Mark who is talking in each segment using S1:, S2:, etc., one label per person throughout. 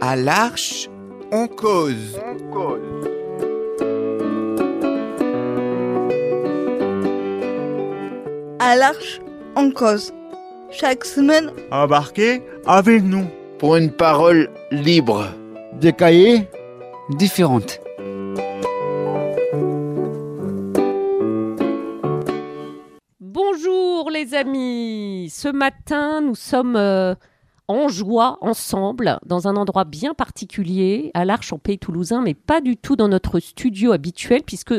S1: À l'arche, on cause.
S2: à l'Arche en cause. Chaque semaine,
S3: Embarquez avec nous.
S4: pour une parole libre.
S5: Des cahiers
S6: différentes.
S7: Bonjour les amis. Ce matin, nous sommes euh, en joie ensemble dans un endroit bien particulier à l'Arche en Pays Toulousain, mais pas du tout dans notre studio habituel puisque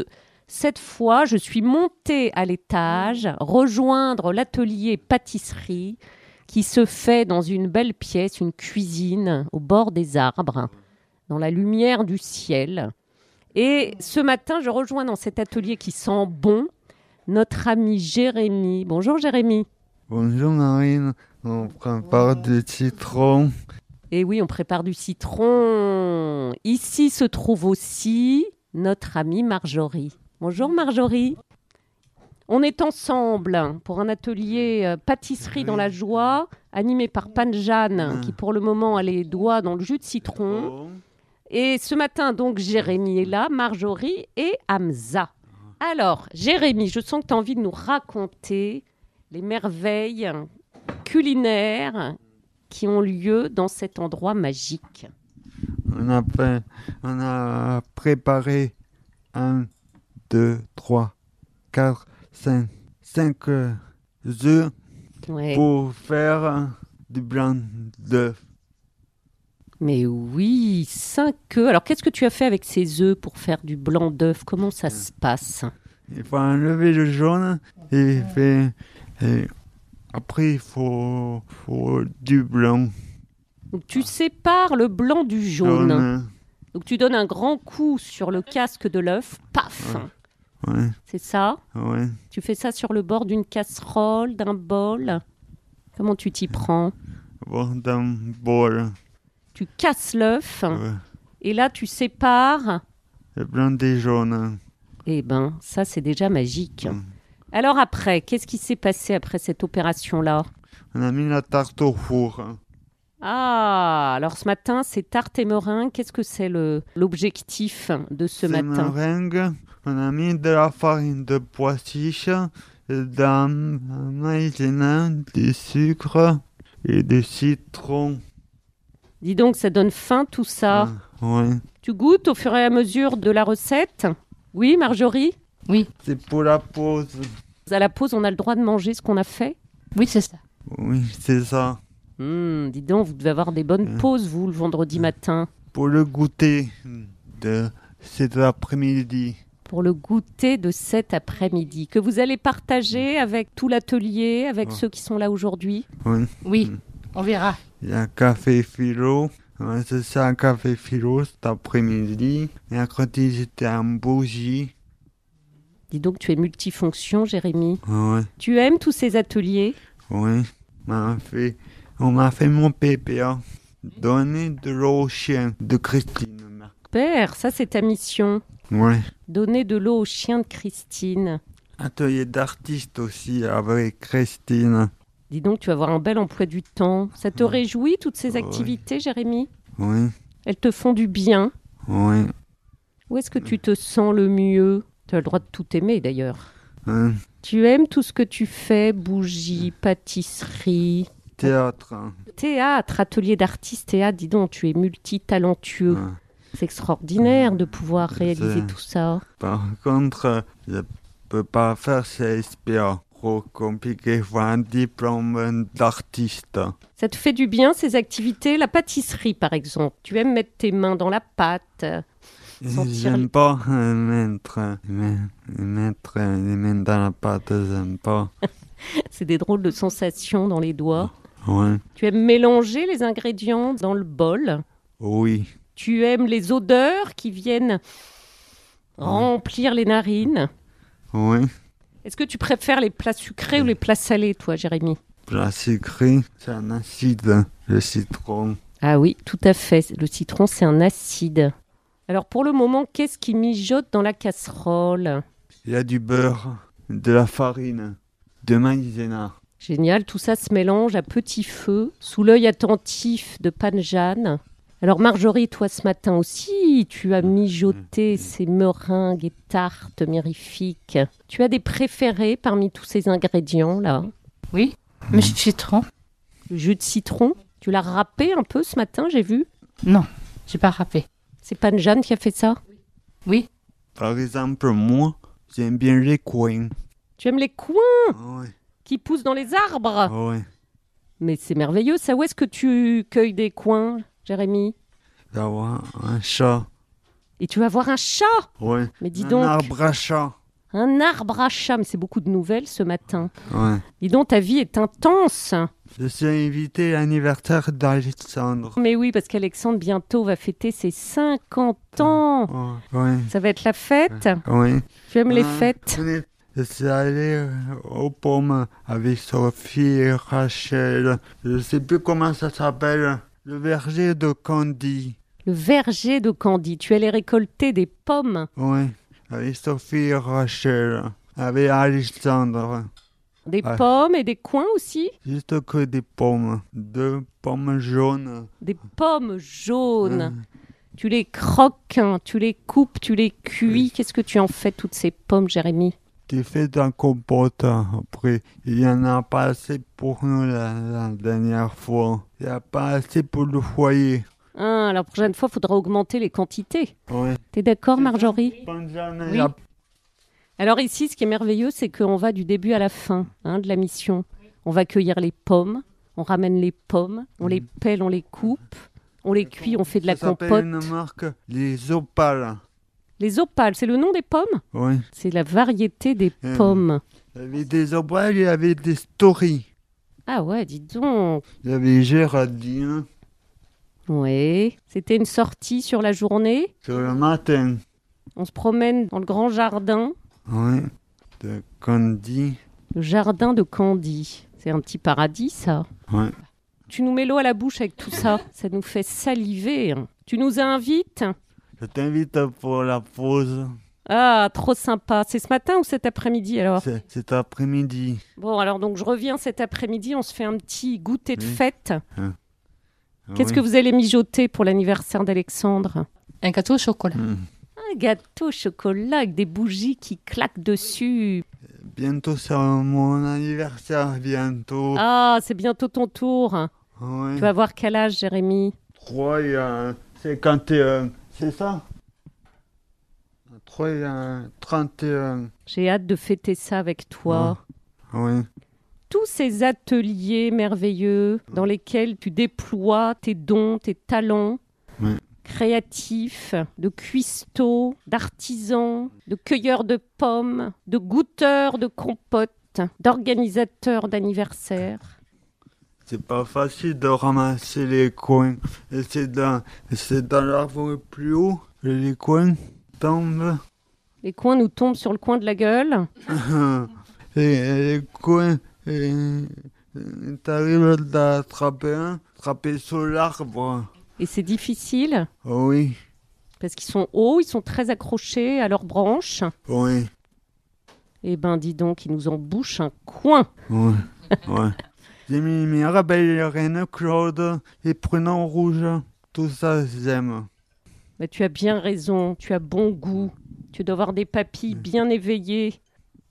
S7: cette fois, je suis montée à l'étage rejoindre l'atelier pâtisserie qui se fait dans une belle pièce, une cuisine au bord des arbres, dans la lumière du ciel. Et ce matin, je rejoins dans cet atelier qui sent bon notre ami Jérémy. Bonjour Jérémy.
S3: Bonjour Marine, on prépare du citron.
S7: Et Eh oui, on prépare du citron. Ici se trouve aussi notre amie Marjorie. Bonjour Marjorie. On est ensemble pour un atelier euh, pâtisserie dans la joie animé par Panjane qui pour le moment a les doigts dans le jus de citron. Et ce matin donc Jérémy est là, Marjorie et Hamza. Alors Jérémy, je sens que tu as envie de nous raconter les merveilles culinaires qui ont lieu dans cet endroit magique.
S3: On a, fait- on a préparé 1, 2, 3, 4, 5, 5 euh, œufs
S7: Ouais.
S3: pour faire euh, du blanc d'œuf.
S7: Mais oui, 5 œufs. Alors qu'est-ce que tu as fait avec ces œufs pour faire du blanc d'œuf Comment ça se passe
S3: Il faut enlever le jaune et, fait- et après il faut, faut du blanc.
S7: Donc tu
S3: Ah.
S7: sépares le blanc du jaune. Donc tu donnes un grand coup sur le casque de l'œuf. Paf
S3: Ouais,
S7: C'est ça
S3: ouais.
S7: Tu fais ça sur le bord d'une casserole, d'un bol Comment tu t'y prends
S3: Bon, dans le bol.
S7: Tu casses l'œuf
S3: ouais.
S7: et là tu sépares
S3: Le blanc des jaunes.
S7: Eh ben, ça c'est déjà magique.
S3: Mm.
S7: Alors après, qu'est-ce qui s'est passé après cette opération-là
S3: On a mis la tarte au four.
S7: Ah, alors ce matin, c'est tarte et meringue. Qu'est-ce que c'est le l'objectif de ce
S3: C'est
S7: matin
S3: meringue, on a mis de la farine de pois chiche, de la maïzena, du sucre et du citron.
S7: Dis donc, ça donne faim tout ça.
S3: Ouais.
S7: Tu goûtes au fur et à mesure de la recette Oui, Marjorie
S3: C'est pour la pause.
S7: À la pause, on a le droit de manger ce qu'on a fait
S8: Oui, c'est ça.
S3: Oui, c'est ça.
S7: Hmm, Dis donc, vous devez avoir des bonnes
S3: Mm.
S7: pauses, vous, le vendredi matin,
S3: Pour le goûter de cet après-midi.
S7: pour le goûter de cet après-midi, que vous allez partager avec tout l'atelier, avec
S3: Ouais.
S7: ceux qui sont là aujourd'hui.
S3: Ouais.
S8: Oui, on verra.
S3: Il y a café philo. Ouais, c'est ça, un café philo cet après-midi. Mercredi, j'étais en bougie.
S7: Dis donc, tu es multifonction, Jérémy.
S3: Ouais.
S7: Tu aimes tous ces ateliers
S3: Oui, m'a fait, on m'a fait mon PPA. Donner de l'eau au chien de Christine.
S7: Père, ça c'est ta mission.
S3: Ouais.
S7: Donner de l'eau au chien de Christine.
S3: Atelier d'artiste aussi avec Christine.
S7: Dis donc, tu vas avoir un bel emploi du temps. Ça te
S3: Ouais.
S7: réjouit toutes ces
S3: Ouais.
S7: activités, Jérémy
S3: Oui,
S7: Elles te font du bien.
S3: oui.
S7: Où est-ce que tu te sens le mieux Tu as le droit de tout aimer d'ailleurs.
S3: hein.
S7: Tu aimes tout ce que tu fais, bougie, pâtisserie,
S3: Théâtre. hein.
S7: théâtre, atelier d'artiste, théâtre. Dis donc, tu es multitalentueux.
S3: Ouais.
S7: C'est extraordinaire de pouvoir
S3: C'est-
S7: réaliser tout ça.
S3: Par contre, je peux pas faire ces SPA. Trop compliqué pour un diplôme d'artiste.
S7: Ça te fait du bien ces activités La pâtisserie par exemple. Tu aimes mettre tes mains dans la pâte. Sentir
S3: J'aime pas euh, mettre, euh, me- mettre euh, les mains dans la pâte, j'aime pas.
S7: C'est des drôles de sensations dans les doigts.
S3: Ouais.
S7: Tu aimes mélanger les ingrédients dans le bol.
S3: Oui,
S7: Tu aimes les odeurs qui viennent remplir les narines.
S3: oui.
S7: Est-ce que tu préfères les plats sucrés ou les plats salés, toi, Jérémy
S3: La sucrée, c'est un acide, le citron.
S7: Ah oui, tout à fait. Le citron, c'est un acide. Alors pour le moment, qu'est-ce qui mijote dans la casserole
S3: Il y a du beurre, de la farine, de maïzena.
S7: Génial, tout ça se mélange à petit feu, sous l'œil attentif de Panjane. Alors Marjorie, toi ce matin aussi, tu as mijoté ces meringues et tartes mirifiques. Tu as des préférés parmi tous ces ingrédients là
S8: Oui. Mais je suis trop.
S7: Le jus de citron, tu l'as râpé un peu ce matin, j'ai vu.
S8: J'ai pas râpé.
S7: C'est pas Jeanne qui a fait ça
S8: Oui.
S3: Par exemple, moi, j'aime bien les coins.
S7: Tu aimes les coins
S3: Ah ouais,
S7: qui poussent dans les arbres
S3: ah ouais.
S7: Mais c'est merveilleux, ça où est-ce que tu cueilles des coins, Jérémy
S3: D'avoir un chat.
S7: Et tu vas voir un chat
S3: Ouais.
S7: Mais dis
S3: un
S7: donc,
S3: arbre à chat.
S7: un arbre à chat, mais c'est beaucoup de nouvelles ce matin.
S3: Ouais.
S7: Dis donc, ta vie est intense
S3: Je suis invité à l'anniversaire d'Alexandre.
S7: Mais oui, parce qu'Alexandre bientôt va fêter ses 50 ans.
S3: Ouais. Ouais.
S7: Ça va être la fête.
S3: ouais.
S7: Tu aimes les
S3: Ouais.
S7: fêtes
S3: On est- Je suis allé euh, aux pommes avec Sophie et Rachel. Je sais plus comment ça s'appelle. Le verger de Candy.
S7: Le verger de Candy. Tu allais récolter des pommes,
S3: Ouais. Avec Sophie et Rachel. Avec Alexandre.
S7: des
S3: Ouais.
S7: pommes et des coins aussi.
S3: Juste que des pommes. Deux pommes jaunes.
S7: Des pommes jaunes.
S3: Mmh.
S7: Tu les croques, hein, tu les coupes, tu les cuis. Qu'est-ce que tu en fais toutes ces pommes, Jérémy
S3: Tu fais d'un compote hein, après. Il y en a pas assez pour nous la, la dernière fois. Il n'y a pas assez pour le foyer.
S7: Hein, La prochaine fois, il faudra augmenter les quantités.
S3: Ouais.
S7: T'es d'accord, Marjorie
S3: Bonne journée.
S8: Oui.
S3: la-
S7: Alors ici, ce qui est merveilleux, c'est qu'on va du début à la fin hein, de la mission. On va cueillir les pommes, on ramène les pommes, on les pèle, on les coupe, on les cuit, on fait de la
S3: Mm. Ça s'appelle
S7: compote.
S3: une marque, les opales.
S7: Les opales, c'est le nom des pommes
S3: Oui.
S7: C'est la variété des
S3: Euh.
S7: pommes.
S3: Il y avait des opales, il y avait des stories.
S7: Ah ouais, dis donc
S3: Il y avait Géraldine
S7: Oui, c'était une sortie sur la journée.
S3: sur le matin.
S7: On se promène dans le grand jardin,
S3: Oui. De Candy.
S7: le jardin de Candy. C'est un petit paradis, ça.
S3: Ouais.
S7: Tu nous mets l'eau à la bouche avec tout ça. Ça nous fait saliver. hein. Tu nous invites
S3: Je t'invite pour la pause.
S7: Ah, trop sympa. C'est ce matin ou cet après-midi alors
S3: C'est cet après-midi.
S7: Bon, alors donc je reviens cet après-midi, on se fait un petit goûter de
S3: Oui. Ah
S7: fête. Qu'est-ce
S3: Oui.
S7: que vous allez mijoter pour l'anniversaire d'Alexandre
S8: Un gâteau au chocolat.
S3: Hmm.
S7: Un gâteau au chocolat avec des bougies qui claquent dessus.
S3: Bientôt, c'est mon anniversaire, bientôt.
S7: Ah, c'est bientôt ton tour.
S3: Oui.
S7: Tu vas avoir quel âge, Jérémy
S3: 3 et 51, c'est ça 3 et un 31.
S7: J'ai hâte de fêter ça avec
S3: Oh.
S7: toi.
S3: Oui.
S7: Tous ces ateliers merveilleux dans lesquels tu déploies tes dons, tes talents
S3: Oui.
S7: créatifs, de cuistots, d'artisans, de cueilleurs de pommes, de goûteurs de compotes, d'organisateurs d'anniversaires.
S3: C'est pas facile de ramasser les coins. Et c'est dans, c'est dans l'arbre le plus haut que les coins tombent.
S7: Les coins nous tombent sur le coin de la gueule.
S3: et, et les coins, et, et t'arrives d'attraper un, attraper sur l'arbre.
S7: Et c'est difficile
S3: Oui,
S7: parce qu'ils sont hauts, ils sont très accrochés à leurs branches.
S3: oui,
S7: Eh ben, dis donc, ils nous embouchent un coin.
S3: oui, oui. J'ai mis Mirabelle, Reine Claude et Prenant Rouge. Tout ça, j'aime.
S7: Mais tu as bien raison, tu as bon goût. Tu dois avoir des papilles
S3: Mm.
S7: bien éveillées.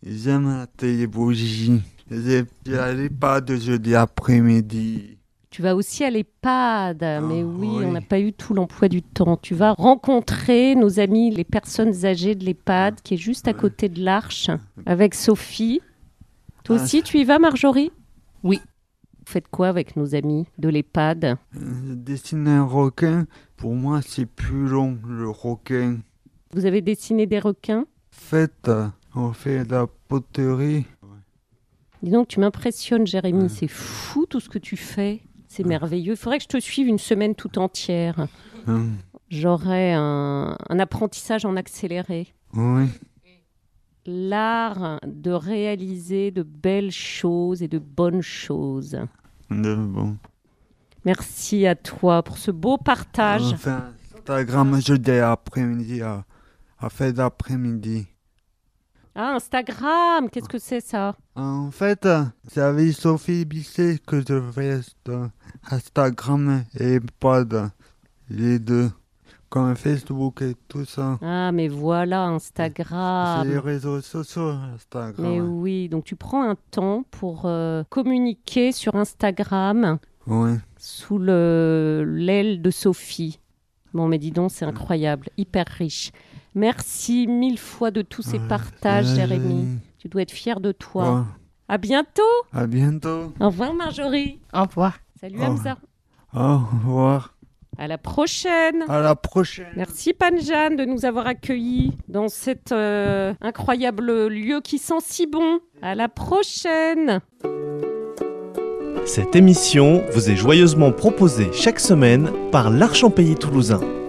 S3: J'aime la télévision. J'ai allé pas de jeudi après-midi.
S7: Tu vas aussi à l'EHPAD. mais oui,
S3: Ah, oui.
S7: on n'a pas eu tout l'emploi du temps. Tu vas rencontrer nos amis, les personnes âgées de l'EHPAD, qui est juste à
S3: Ah, Ouais.
S7: côté de l'Arche, avec Sophie. Toi
S3: Ah,
S7: aussi, tu y vas, Marjorie
S8: Oui.
S7: Vous faites quoi avec nos amis de l'EHPAD
S3: Euh, Dessiner un requin, pour moi, c'est plus long, le requin.
S7: Vous avez dessiné des requins
S3: Faites, euh, on fait de la poterie.
S7: Dis donc, tu m'impressionnes, Jérémy.
S3: Ouais.
S7: C'est fou tout ce que tu fais. C'est
S3: Ouais.
S7: merveilleux. Il faudrait que je te suive une semaine tout entière.
S3: Hum,
S7: J'aurais un, un apprentissage en accéléré.
S3: oui,
S7: L'art de réaliser de belles choses et de bonnes choses.
S3: de bon.
S7: Merci à toi pour ce beau partage.
S3: On fait un Instagram jeudi après-midi, euh, à, à fait d'après-midi.
S7: Ah, Instagram, qu'est-ce que c'est ça
S3: En fait, euh, c'est avec Sophie Bisset que je fais cet Instagram et euh, pod. les deux. Comme Facebook et tout ça.
S7: Ah, mais voilà,
S3: C'est Ah les
S7: Instagram.
S3: réseaux sociaux, Instagram.
S7: Ah. Mais oui, donc tu prends un temps pour euh, communiquer sur Instagram
S3: Ouais.
S7: sous le- l'aile de Sophie. Bon, mais dis donc, c'est incroyable, hyper riche. Merci mille fois de tous ces
S3: Ouais.
S7: partages,
S3: Euh,
S7: Jérémy. Tu dois être fier de toi.
S3: ouais.
S7: À bientôt.
S3: À bientôt.
S7: Au revoir, Marjorie.
S8: Au revoir.
S7: Salut,
S3: Au
S7: Hamza.
S3: Au revoir.
S7: À la prochaine.
S3: À la prochaine.
S7: Merci Panjan de nous avoir accueillis dans cet euh, incroyable lieu qui sent si bon. À la prochaine.
S5: Cette émission vous est joyeusement proposée chaque semaine par l'Archampélie toulousain.